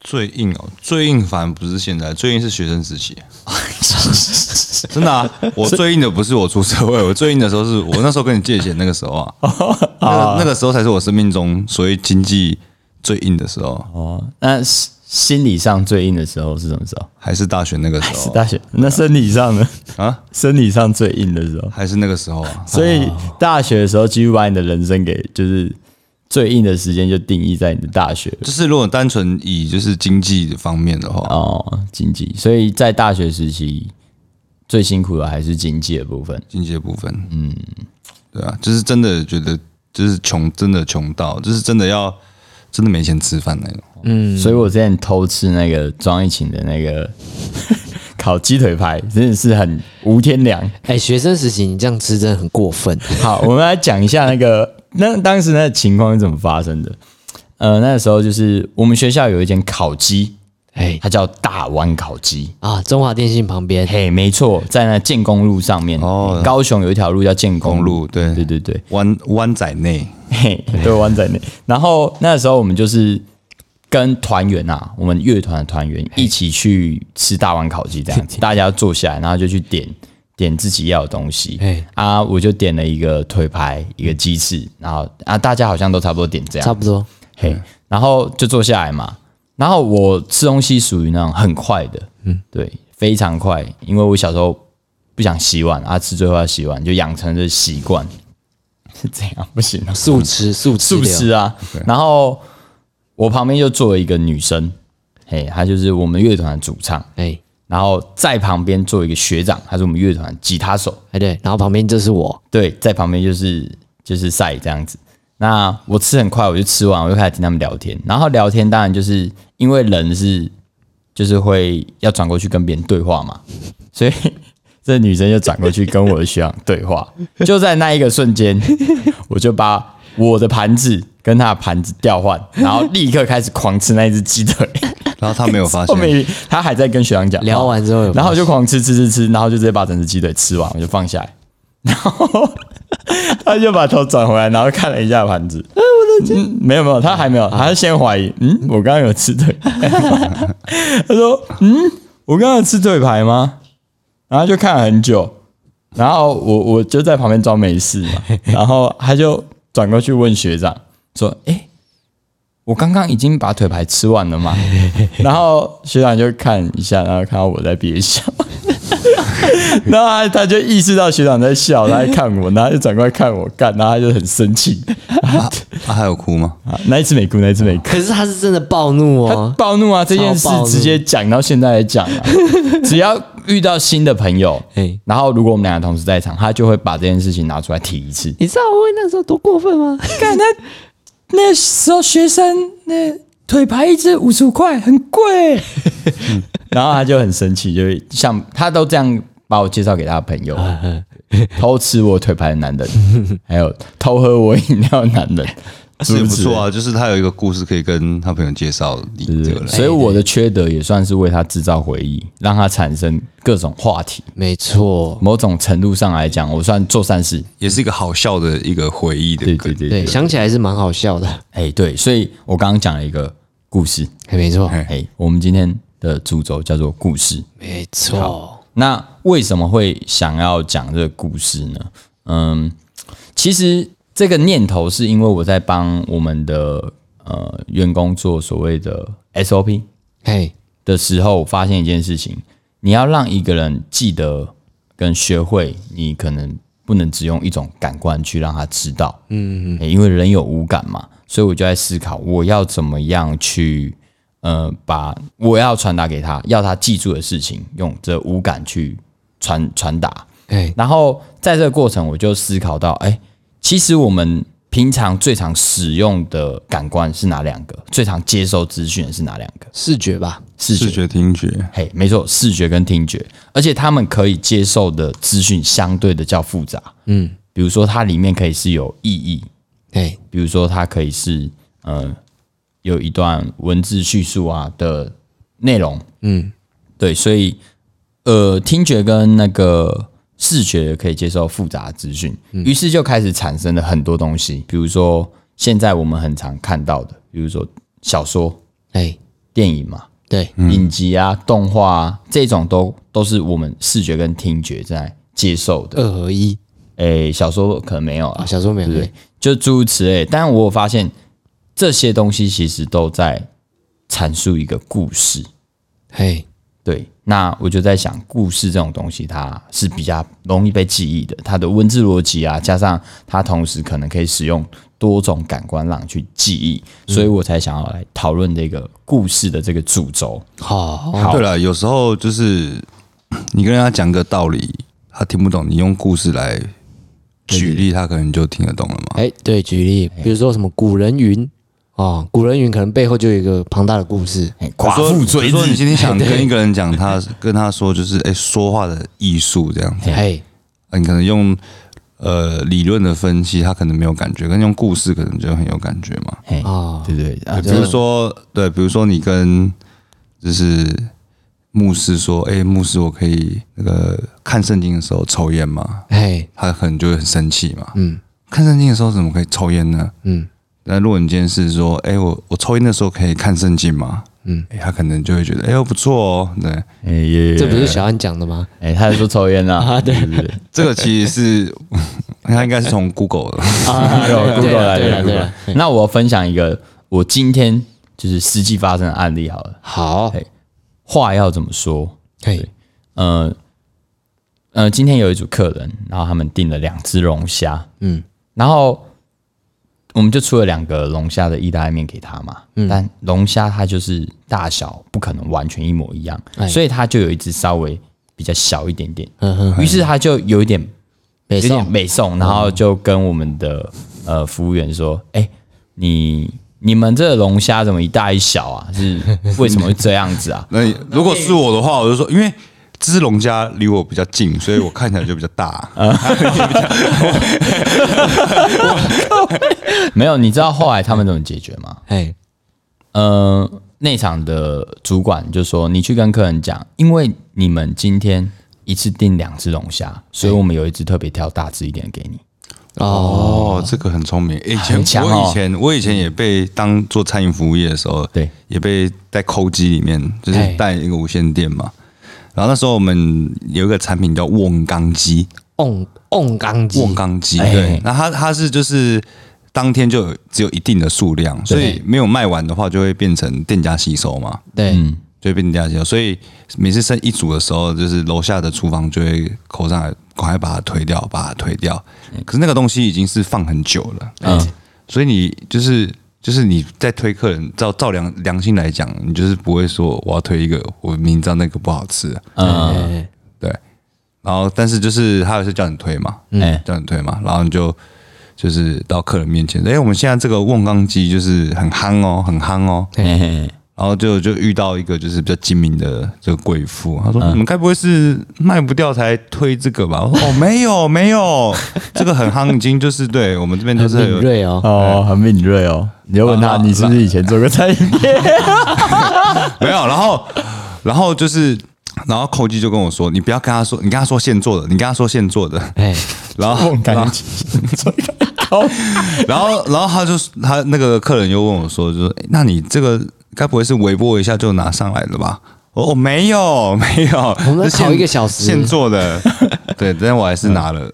最硬哦，最硬反而不是现在，最硬是学生时期。真的啊，我最硬的不是我出社 会，我最硬的时候是我那时候跟你借钱那个时候 啊，那个那个时候才是我生命中所谓经济最硬的时候， 哦，那心心理上最硬的时候是什么时候？还是大学那个时是候大学。那生理上呢？ 啊，生理上最硬的时候。还是那个时候啊，所以大学的时候，几乎把你的人生给就是最硬的时间就定义在你的大学就是如果单纯以就是经济方面的话，哦，经济。所以在大学时期最辛苦的还是经济的部分。经济的部分，嗯，对啊，就是真的觉得就是穷，真的穷到就是真的要真的没钱吃饭那种。所以我之前偷吃那个庄一琴的那个 烤鸡腿排，真的是很无天良。哎、学生时期你这样吃真的很过分。好， 我们来讲一下那个那当时那个情况是怎么发生的。呃，那时候就是我们学校有一间烤鸡， 哎、它叫大湾烤鸡。啊，中华电信旁边，嘿，没错，在那建工路上面。哦哦，高雄有一条路叫建工公路。路，对对对对，湾湾仔内，嘿，对，湾仔内。然后那时候我们就是跟团员啊，我们乐团的团员一起去吃大碗烤鸡这 样子，大家坐下来，然后就去点点自己要的东西嘿。啊，我就点了一个腿排，一个鸡翅，然后啊，大家好像都差不嗯多点这差样，不多。嘿，然后就坐下来嘛。然后我吃东西属于那种很快的，嗯，对，非常快，因为我小时候不想洗碗啊，吃最后要洗碗，就养成这习惯。 是这样不行啊，素吃嗯素吃素流食啊。然后我旁边就坐了一个女生，嘿，她就是我们乐团的主唱。哎、然后在旁边坐一个学长，他是我们乐团吉他手。哎对，然后旁边就是我，对，在旁边就是就是赛这样子。那我吃很快，我就吃完，我就开始听他们聊天。然后聊天当然就是因为人是就是会要转过去跟别人对话嘛， 所以这女生就转过去跟我的学长对话。就在那一个瞬间，我就把我的盘子跟她的盘子调换，然后立刻开始狂吃那一只鸡腿。然后他没有发 后现，面她还在跟学长讲话聊完之后有然后我就狂吃吃吃吃，然后就直接把整只鸡腿吃完，我就放下来， 然后他就把头转回来，然后看了一下盘子， 哎，我的鸡、嗯，没有没有，他还没有，他先怀疑，嗯，我刚刚有吃腿， 他说，嗯，我刚刚有吃腿排吗？然后就看了很久，然后我我就在旁边装没事 嘛，然后他就转过去问学长说，哎、我刚刚已经把腿排吃完了嘛， 然后学长就看一下，然后看到我在憋笑， 然后他他就意识到学长在笑，他在看我，然后他就转过来看我干，然后他就很生气。他还有哭吗？啊，那一次没哭，那一次没哭，可是他是真的暴怒他哦。暴怒啊！这件事超暴怒直接讲到现在来讲 啊，只要遇到新的朋友，哎然后如果我们两个同时在场，他就会把这件事情拿出来提一次。你知道我问那时候多过分吗？干那那时候学生那腿排一只五十五块，很贵。 然后他就很生气，就是像他都这样把我介绍给他的朋 友，偷吃我腿排的男人， 还有偷喝我饮料的男 人，是也不诸如此类错啊，就是他有一个故事可以跟他朋友介绍你这个人，所以我的缺德也算是为他制造回忆，让他产生各种话题。没错，某种程度上来讲，我算做善事。也是一个好笑的一个回忆的对梗对。对对，对，想起来是蛮好笑的。哎对，所以我刚刚讲了一个故事。哎，没错，哎，我们今天的主轴叫做故事。没错。那为什么会想要讲这个故事呢？嗯，其实这个念头是因为我在帮我们的呃员工做所谓的 SOP 哎，的时候，发现一件事情：你要让一个人记得跟学会，你可能不能只用一种感官去让他知道，嗯因为人有五感嘛，所以我就在思考，我要怎么样去。呃，把我要传达给他，要他记住的事情，用这五感去传传达。哎，然后在这个过程，我就思考到，哎，其实我们平常最常使用的感官是哪两个？最常接收资讯的是哪两个？视觉吧，视觉视。觉、听觉，嘿，没错，视觉跟听觉，而且他们可以接受的资讯相对的较复杂。嗯，比如说它里面可以是有意义，哎，比如说它可以是呃有一段文字叙述啊的内容，嗯，对，所以呃听觉跟那个视觉可以接受复杂的资讯，于是就开始产生了很多东西，比如说现在我们很常看到的，比如说小说、哎，电影嘛，对，嗯影集啊、动画啊这种都都是我们视觉跟听觉在接受的。二合一诶、小时候可能没有啊啊，，小时候没有对，就诸如此类。但我有发现这些东西其实都在阐述一个故事。嘿，对，那我就在想，故事这种东西，它是比较容易被记忆的，它的文字逻辑啊，加上它同时可能可以使用多种感官让去记忆，嗯所以我才想要来讨论这个故事的这个主轴。好，哦对了，有时候就是你跟人家讲个道理，他听不懂，你用故事来举例，他可能就听得懂了嘛。哎，对，举例，比如说什么古人云哦，古人云可能背后就有一个庞大的故事，哎比如寡说妇追比如说你日，今天想跟一个人讲， 他跟他说就是哎、说话的艺术这样子，嘿，啊你可能用呃理论的分析，他可能没有感觉，跟用故事可能就很有感觉嘛。哎，哦，对对啊，比如说，对，比如说你跟就是牧师说，哎、牧师，我可以那个看圣经的时候抽烟吗？嘿，他可能就会很生气嘛。嗯看圣经的时候怎么可以抽烟呢？嗯，那如果你今天是说，哎、我我抽烟的时候可以看圣经吗？嗯嗯、他可能就会觉得，哎、呦不错哦。对，哎耶，这不是小安讲的吗？哎，他是说抽烟啊，对对对，这个其实是 他应该是从 Google 的， 啊，有 Google 来对的啊对啊 Google。那我分享一个我今天就是实际发生的案例好了，好，嘿话要怎么说？嘿，呃呃，今天有一组客人，然后他们订了两只龙虾，嗯然后我们就出了两个龙虾的意大利面给他嘛。嗯但龙虾它就是大小不可能完全一模一样，哎所以它就有一只稍微比较小一点点，嗯哼，于是它就有一点没有点送，美送，然后就跟我们的呃服务员说：“哎、你你们这个龙虾怎么一大一小啊？是为什么会这样子啊 那 如果是我的话，我就说，因为这只龙虾离我比较近，所以我看起来就比较大。？”没有，你知道后来他们怎么解决吗？嘿，呃，内场的主管就说：“你去跟客人讲，因为你们今天一次订两只龙虾，所以我们有一只特别挑大只一点给你。哦，哦，这个很聪明。以前很强哦我以前我以前也被当做餐饮服务业的时候，对，也被在扣机里面，就是哎带一个无线电嘛。然后那时候我们有一个产品叫瓮缸机，瓮瓮缸鸡，瓮缸机哎对，那它它是就是当天就有只有一定的数量，所以没有卖完的话就会变成店家吸收嘛，对，嗯，就会变成店家吸收。所以每次剩一组的时候，就是楼下的厨房就会扣上来，赶快把它推掉，把它推掉。可是那个东西已经是放很久了，嗯，所以你就是。就是你在推客人，照照良良心来讲，你就是不会说我要推一个，我明知道那个不好吃，嗯，对，然后但是就是他有时叫你推嘛，哎叫你推嘛，然后你就就是到客人面前，哎、我们现在这个瓮缸机就是很夯哦，很夯哦，嘿嘿，然后就就遇到一个就是比较精明的这个贵妇，嗯她说、你们该不会是卖不掉才推这个吧？我说哦，没有没 有，这个很夯，已经就是 对我们这边就很是有敏锐哦，哦，很敏锐哦。你就问他，你是不是以前做过餐饮业？没有，然后然后就是。然后寇基就跟我说：“你不要跟他说，你跟他说现做的，你跟他说现做的。哎，”然后， 我然后感觉做一个高然后，然后他就他那个客人又问我说，就说：“诶那你这个该不会是微波一下就拿上来了吧？”我、哦、没有，没有，我们烤一个小时现做 的。对，但我还是拿了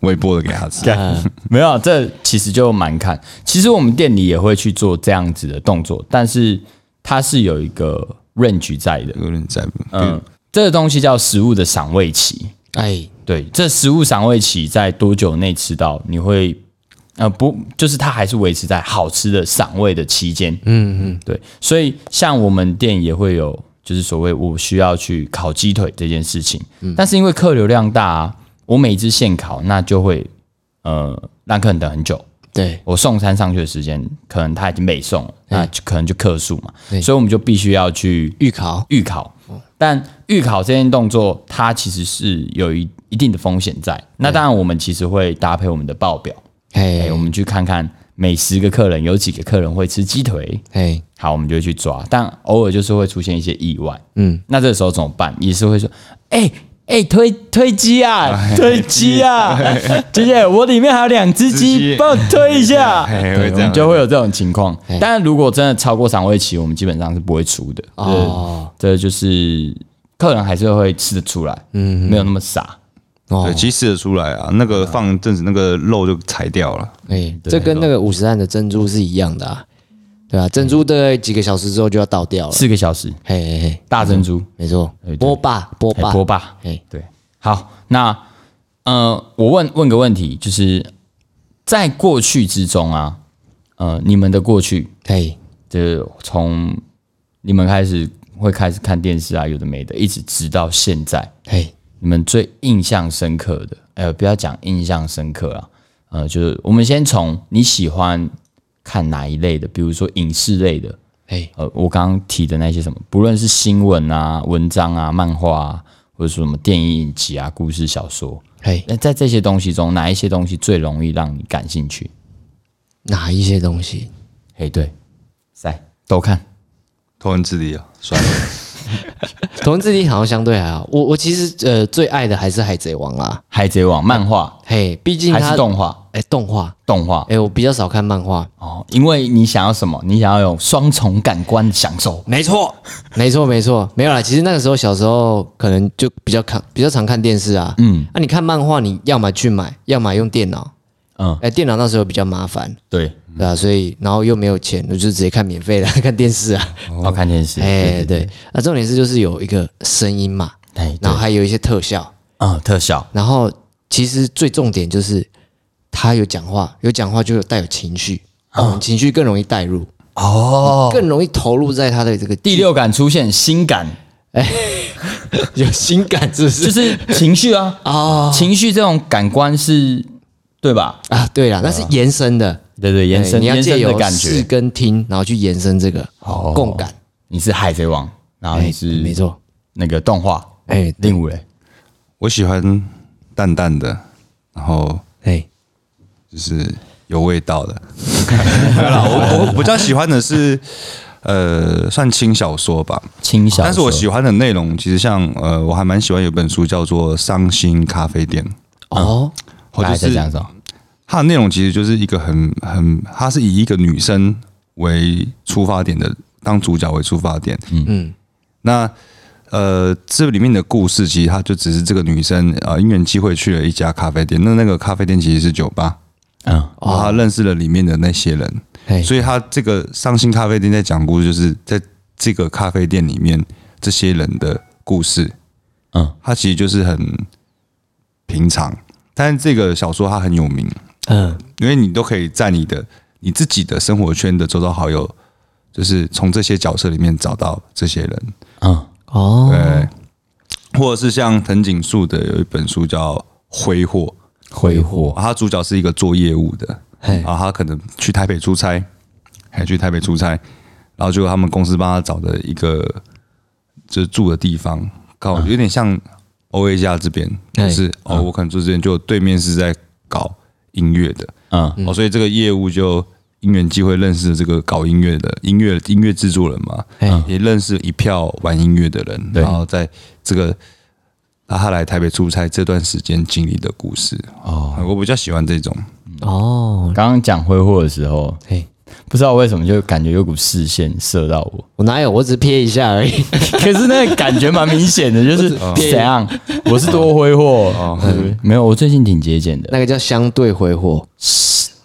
微波的给他吃。嗯没有啊，这其实就蛮看。其实我们店里也会去做这样子的动作，但是它是有一个 range 在的。有点在，哦嗯，这个东西叫食物的赏味期。哎，对，这食物赏味期在多久内吃到？你会呃不，就是它还是维持在好吃的赏味的期间。嗯嗯，对，所以像我们店也会有，就是所谓我需要去烤鸡腿这件事情，嗯但是因为客流量大、啊，我每一只现烤，那就会呃让客人等很久。对，我送餐上去的时间，可能他已经没送了，哎那就可能就克数嘛，对所以我们就必须要去预考，预考。哦但预考这件动作，它其实是有一一定的风险在。那当然，我们其实会搭配我们的报表，哎、哎我，们去看看每十个客人有几个客人会吃鸡腿，哎，好，我们就会去抓。但偶尔就是会出现一些意外，嗯，那这时候怎么办？也是会说，哎、哎、推推机啊，哎推机啊，姐姐，我里面还有两只只鸡，鸡帮我推 一下。哎会对这我们样就会有这种情况。但如果真的超过赏味期，我们基本上是不会出的。哦这就是客人还是会吃得出来，嗯，没有那么傻。哦对，，其实吃得出来啊，那嗯个放阵子那个肉就裁掉了，哎，这跟那个五十汉的珍珠是一样的啊，对吧？珍珠大概几个小时之后就要倒掉了，四个小时嘿嘿嘿，大珍珠，没错对，波霸波哎霸嗯波，霸，哎，对，好，那呃，我问问个问题，就是在过去之中啊，呃，你们的过去，嘿，就是从你们开始会开始看电视啊，有的没的，一直直到现在，嘿，你们最印象深刻的，哎、不要讲印象深刻啊，呃，就是我们先从你喜欢看哪一类的，比如说影视类的，嘿，呃，我刚刚提的那些什么，不论是新闻啊、文章啊、漫画啊，或者说什么电影影集啊、故事小说，嘿，那在这些东西中，哪一些东西最容易让你感兴趣？哪一些东西？嘿，对，在都看，头文字 D 啊，算了，同志力好像相对还好，我我其实呃最爱的还是海贼王啦， 《海贼王》漫画嘿，毕竟还它是动画？哎动画，动画哎我比较少看漫画，哦，因为你想要什么？你想要有双重感官享受。没错，没错，没错，没有啦。其实那个时候小时候可能就比较看比较常看电视啊，嗯，那、你看漫画，你要么去买，要么用电脑，嗯，哎，电脑那时候比较麻烦，对，对啊，所以然后又没有钱，我就直接看免费的 看电视啊，要看电视。哎，对，那、重点是就是有一个声音嘛，哎，对然，后还有一些特效，嗯，特效，然后其实最重点就是他有讲话，有讲话就有带有情绪，嗯，情绪更容易带入，啊哦，更容易投入在他的这个第六感出现，心感，有情感，是不？就是是情绪啊，哦情绪这种感官是，对吧？啊，对了，那是延伸的，对对，延哎伸你要延借伸的由感视觉。跟听，然后去延伸这个哦共感，哎你是海贼王，然后你是没错，那个动画，哎令武嘞，我喜欢淡淡的，然后哎，就是有味道的。 没有啦 我我比较喜欢的是，呃，算轻小说吧。轻小说。但是我喜欢的内容，其实像呃，我还蛮喜欢有一本书叫做《伤心咖啡店》，哦，或大者概在是讲什么？它的内容其实就是一个很很，它是以一个女生为出发点的，当主角为出发点。嗯嗯嗯，那呃，这里面的故事其实它就只是这个女生呃因缘机会去了一家咖啡店，那那个咖啡店其实是酒吧，嗯，然后她哦认识了里面的那些人，哎，所以他这个伤心咖啡店在讲故事，就是在这个咖啡店里面这些人的故事。嗯，它其实就是很平常，但是这个小说它很有名，嗯，因为你都可以在你的你自己的生活圈的周遭好友，就是从这些角色里面找到这些人。嗯，哦，对，或者是像藤井树的有一本书叫《挥霍》，挥霍，啊他主角是一个做业务的，嘿然后他可能去台北出差，还去台北出差，然后就他们公司帮他找的一个就是住的地方，刚好有点像 O A 家这边，嘿就是哦，我可能住这边就对面是在搞音乐的，嗯，哦，所以这个业务就因缘机会认识了这个搞音乐的音乐音乐制作人嘛，也认识一票玩音乐的人，对然后在这个拉他来台北出差这段时间经历的故事。哦，我比较喜欢这种，哦，哎刚刚讲挥霍的时候，嘿，不知道为什么就感觉有股视线射到我， 我哪有，我只瞥一下而已， 可是那个感觉蛮明显的，就是 怎样？我是多挥霍，嗯没有，我最近挺节俭的。哦那个叫相对挥霍，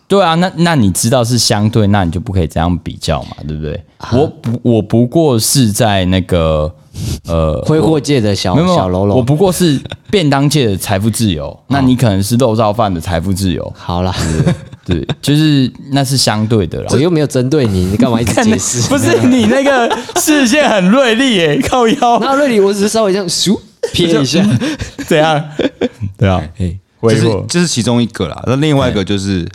对啊，那那你知道是相对，那你就不可以这样比较嘛，对不对？啊我不我不过是在那个呃，挥霍界的小没有没有小喽我啰。不过是便当界的财富自由，那你可能是肉燥饭的财富自 由，好啦，对，就是那是相对的啦我。哦又没有针对 你，你干嘛一直解释？不是你那个视线很锐利 耶，靠腰那瑞里，我只是稍微这样 咻瞥一下，怎样？对 啊，这挥是霍，这是其中一个啦。那另外一哎个就是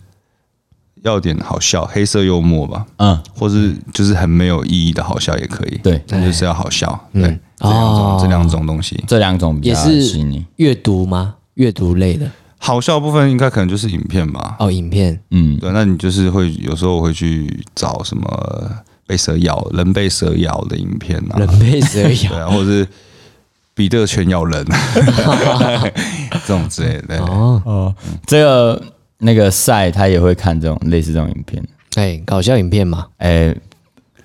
要点好笑，黑色幽默吧，嗯，或是就是很没有意义的好笑也可以。对嗯但就是要好笑。对，这两种这两种东西，这两种比也较是吸引你，阅读吗？阅读类的好笑的部分应该可能就是影片吧。哦，影片嗯，对，那你就是会有时候我会去找什么被蛇咬、人被蛇咬的影片啊，人被蛇咬， 对啊，或者是彼得犬咬人， 这种之类的。哦，哦，这个那个赛他也会看这种类似这种影片，哎，搞笑影片嘛，哎、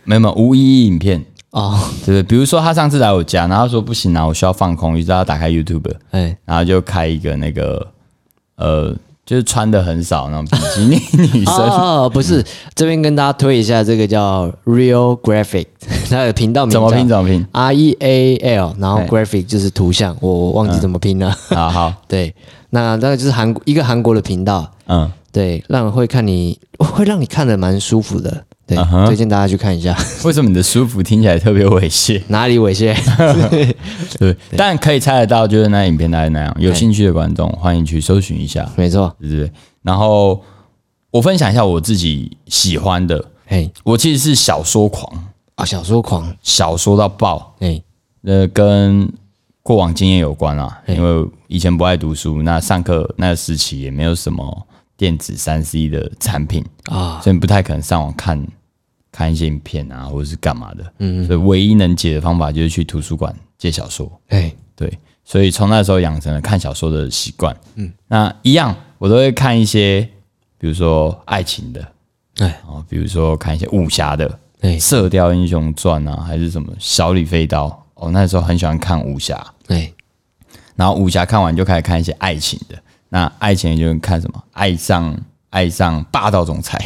没有没有无意义影片，哦，对不对？比如说他上次来我家，然后他说不行啊，我需要放空，于是他打开 YouTube，哎，然后就开一个那个呃，就是穿的很少那种比基尼 女生，哦，不嗯是，这边跟大家推一下，这个叫 Real Graphic，它 的频道名怎么拼叫怎么拼 R E A L，然后哎 Graphic 就是图像，我我忘记怎么拼了。啊？好， 对，那那个就是韩国一个韩国的频道，嗯，对，让人会看你 会让你看的蛮舒服的，对啊嗯哼推荐大家去看一下。 为什么你的舒服听起来特别猥亵？哪里猥亵？ 对，但可以猜得到，就是那影片大概那样。有兴趣的观众，欢迎去搜寻一下，没错，对不对？然后我分享一下我自己喜欢的，哎我其实是小说狂，啊，小说狂，小说到爆，哎呃，跟过往经验有关啊。嘿因为以前不爱读书，那上课那个时期也没有什么电子三 C 的产品，啊，所以不太可能上网看看一些影片啊，或者是干嘛的。嗯，所以唯一能解的方法就是去图书馆借小说。哎对，所以从那时候养成了看小说的习惯。嗯，那一样我都会看一些，比如说爱情的，哎哦，比如说看一些武侠的，哎《射雕英雄传》啊，还是什么《小李飞刀》哦，那时候很喜欢看武侠，哎，然后武侠看完就开始看一些爱情的。那爱情就看什么？爱上爱上霸道总裁，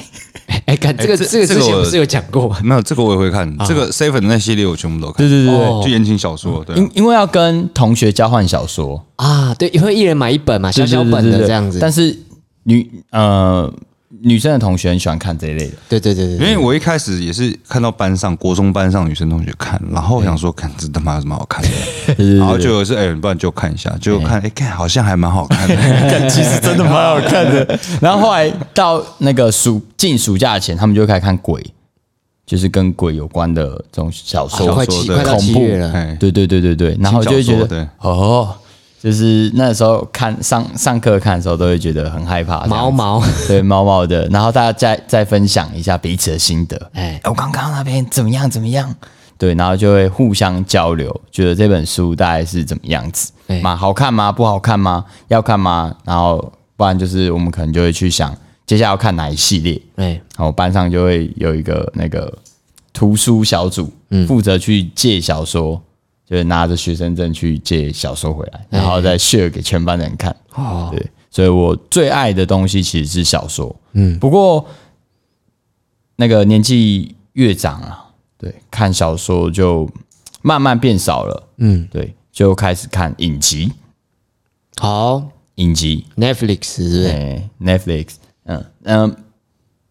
哎，看这个这这个这之个前我不是有讲过吗？没有这个我也会看，这个 seven 那系列我全部都看，啊对对哦就言情小说，嗯对啊，因因为要跟同学交换小说，啊，对，因为一人买一本嘛，小对对小对本对的对这样子。但是女呃女生的同学很喜欢看这一类的，对对对对因对，为我一开始也是看到班上国中班上女生同学看，然后我想嗯说，看这他妈有什么好看 的？然后就有是哎，不然就看一下，就看嗯哎，看好像还蛮好看 的。其实真的蛮好看的。 然后后来到那个暑进暑假前，他们就开始看鬼，就是跟鬼有关的这种小啊说，快说七的快到恐七怖月了，哎，对对对对对，然后就会觉轻小说对得哦，就是那时候看上上课看的时候都会觉得很害怕，这样子毛毛，对毛毛的。然后大家再再分享一下彼此的心得，哎我刚刚那边怎么样怎么样？对，然后就会互相交流，觉得这本书大概是怎么样子哎嘛？好看吗？不好看吗？要看吗？然后不然就是我们可能就会去想接下来要看哪一系列。哎然后班上就会有一个那个图书小组，负责去借小说，就是拿着学生证去借小说回来，然后再 share 给全班的人看。哦，对，所以我最爱的东西其实是小说。嗯，不过那个年纪越长啊，对，看小说就慢慢变少了。嗯，对，就开始看影集，好影集， ，Netflix 是不哎是？对，Netflix，嗯嗯、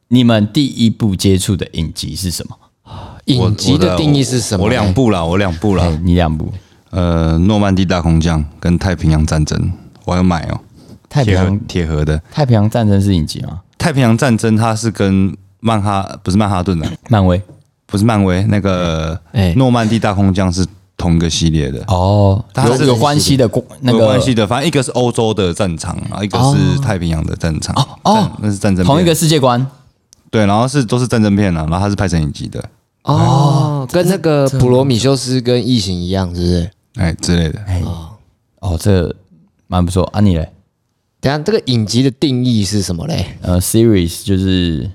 你们第一部接触的影集是什么？我影集我的定义是什么？嗯我两部啦，我两部啦哎、，你两部《呃，诺曼底大空降跟太平洋战争，我要买哦，太平铁盒洋铁盒的太平洋战争》是影集吗？太平洋战争，它是跟曼哈不是曼哈顿的，漫威不是漫威那个哎诺曼底大空降是同一个系列的。哦，它有是有关系的过那有个关系的，反正一个是欧洲的战场，然后一个是太平洋的战场，哦哦那是战争片同一个世界观，对，然后是都是战争片了，啊然后它是拍成影集的，哦，跟那个普罗米修斯跟异形一样，是不是？哎之类的。哦，这个蛮不错啊。你嘞？等一下这个影集的定义是什么嘞？呃，series 就是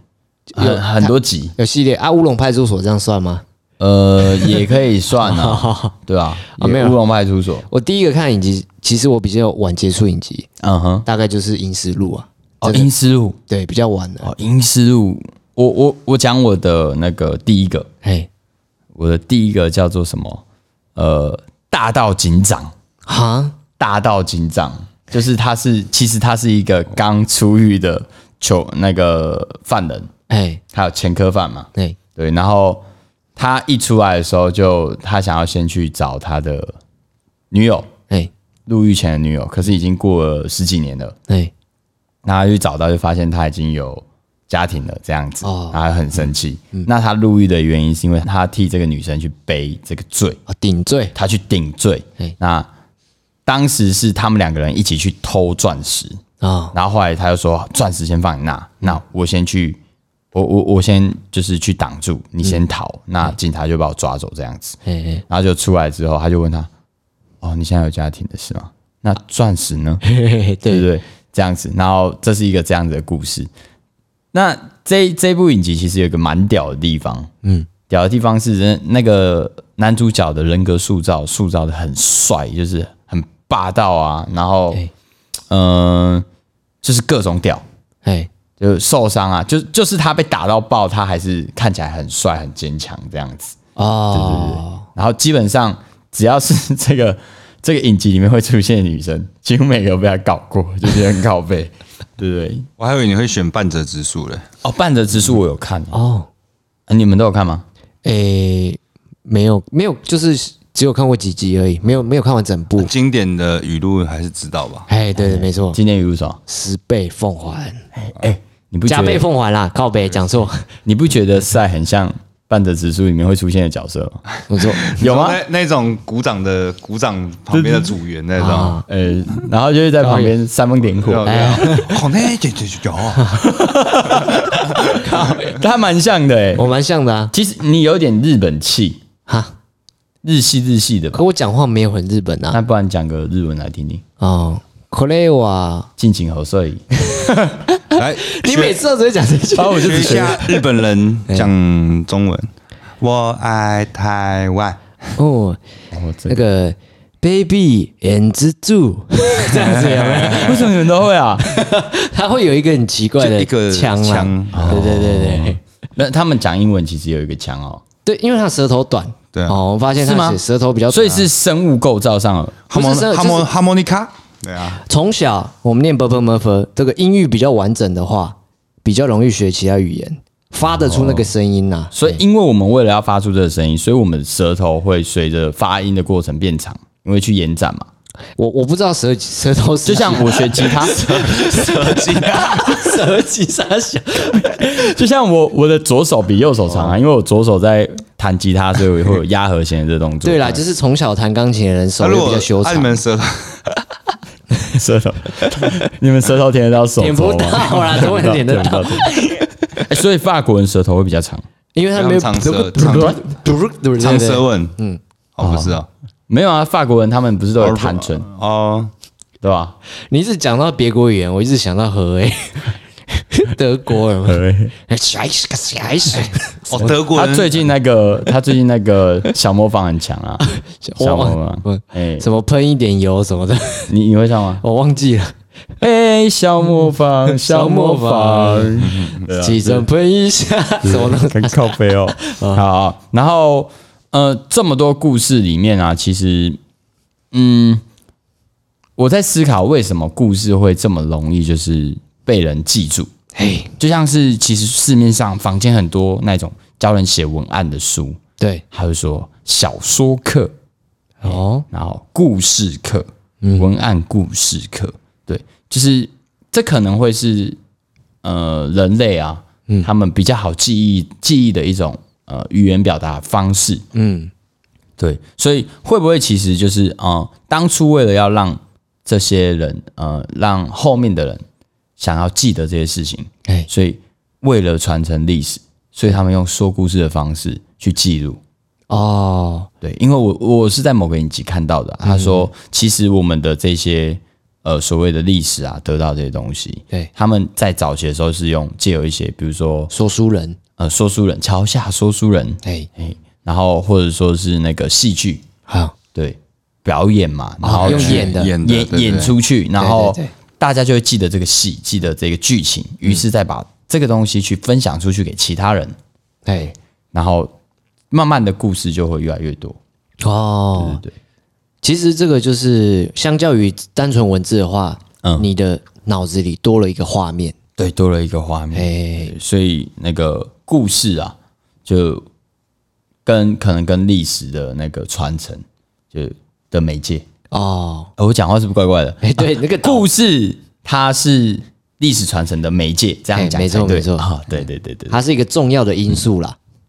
很很多集，有系列啊，乌龙派出所这样 算吗？呃， 也可以算啊，对啊，也没有乌龙派出所，我第一个看影集，其实我比较晚接触影集，嗯哼，大概就是《银石路》啊，哦，阴尸路，对，比较晚的。哦，阴尸路，我我我讲我的那个第一个，嘿，我的第一个叫做什么？呃，大道警长，哈，大道警长，就是他是其实他是一个刚出狱的囚那个犯人，哎，还有前科犯嘛，哎，对，然后他一出来的时候就，他想要先去找他的女友，哎，入狱前的女友，可是已经过了十几年了。哎，那他去找到，就发现他已经有家庭了，这样子，哦嗯他很生气。那他入狱的原因是因为他替这个女生去背这个罪，啊顶罪，他去顶罪嘿。那当时是他们两个人一起去偷钻石，啊，然后后来他就说：“钻石先放你那，那我先去，我我我先就是去挡住，你先逃，那警察就把我抓走这样子。哎”然后就出来之后，他就问他：“哦，你现在有家庭的是吗？那钻石呢？嘿嘿嘿，对不对，对？这样子，然后这是一个这样子的故事。那这这部影集其实有一个蛮屌的地方，嗯，屌的地方是人那个男主角的人格塑造塑造的很帅，就是很霸道啊，然后对嗯、呃就是各种屌，哎，就是受伤啊，就就是他被打到爆，他还是看起来很帅很坚强这样子。哦，然后基本上只要是这个 这个影集里面会出现的女生，几乎每个都被他搞过，就是很靠背， 对不对？我还以为你会选半折指数嘞，哦，半泽直树我有看、哦哦，你们都有看吗？哎，没有没有，就是只有看过几集而已，没有没有看完整哦部。经典的语录还是知道吧？哎，对对，没错，今天有什么？十倍奉还，哎、你不加觉倍得奉还啦，靠北讲 错，你不觉得赛很像半泽直树里面会出现的角色 吗？我说有吗？那那种鼓掌的鼓掌旁边的组员那种，呃、然后就是在旁边煽风点火，好啊哦那这这有，他蛮像的哎、 我蛮像的啊，其实你有点日本气，哈，日系日系的吧？可我讲话没有很日本啊，那不然讲个日文来听听，哦，可累哇，敬请侯 所以 来，你每次都只会讲这句，然后啊我就学只一学下日本人哎讲中文，我爱台湾， 哦，哦，这那个 baby and 蜘蛛 这样子有没有？为什么你们都会啊？ 它会有一个很奇怪就的一个腔啦腔，对对对对那他们讲英文其实有一个腔哦，对，因为它舌头短，对啊哦，我发现是吗它舌头比较短啊，所以是生物构造上了哈莫不是这哈就莫是哈莫尼卡，对啊，从小我们念 b u r p l e m u r p h 这个音域比较完整的话，比较容易学其他语言，发得出那个声音呐、所以，因为我们为了要发出这个声音，所以我们舌头会随着发音的过程变长，因为去延展嘛。我我不知道舌舌头是就 像我学吉他，舌级啥小， 就像我我的左手比右手长哦啊，因为我左手在弹吉他，所以我会有压和弦的这个动作。对啦，就是从小弹钢琴的人手那啊如又比果较修那你长，们舌头舌头， 你们舌头舔得到手点肘不吗？到 啦，怎么会点得到？哎所以法国人舌头会比较长。因为他没有长舌长长舌吻，嗯，哦不是哦，没有啊，法国人他们不是都有弹唇，哦，对吧？你一直讲到别国语言，我一直想到何 诶，德国人嘛，哎哎哦德国他人最近那 个，他最近那个小模仿很强 啊， 小模我仿。哎，什么喷一点油什么的， 你你会唱吗？我忘记了，哎，小模仿， 小模仿，对啊起身喷一下什么的，很靠背哦。好 好，然后呃，这么多故事里面啊，其实嗯，我在思考为什么故事会这么容易就是被人记住，嘿，就像是其实市面上房间很多那种教人写文案的书，对，他会说小说课，哎哦，然后故事课、文案故事课，对，就是这可能会是呃人类啊，他们比较好记忆记忆的一种呃语言表达方式，嗯，对，所以会不会其实就是呃，当初为了要让这些人呃让后面的人想要记得这些事情，哎所以为了传承历史，所以他们用说故事的方式去记录，哦，对，因为我我是在某个影集看到的啊、他说其实我们的这些呃所谓的历史啊，得到这些东西，对他们在早期的时候是用借由一些，比如说说书人，呃说书人、桥下说书人，哎，哎，然后或者说是那个戏剧，好，对，表演嘛，然后哦用去演的演的对演对演出去，然后哎对对大家就会记得这个戏，记得这个剧情，于是再把这个东西去分享出去给其他人，哎，然后慢慢的故事就会越来越多，对哦，对对。其实这个就是相较于单纯文字的话，嗯你的脑子里多了一个画面，对，多了一个画面。哎，对所以那个故事啊，就跟可能跟历史的那个传承，就的媒介。哦，呃我讲话是不是怪怪的？哎，对，那个故事它是历史传承的媒介，这样哎讲没才错对没错啊，对对对对，它是一个重要的因素啦。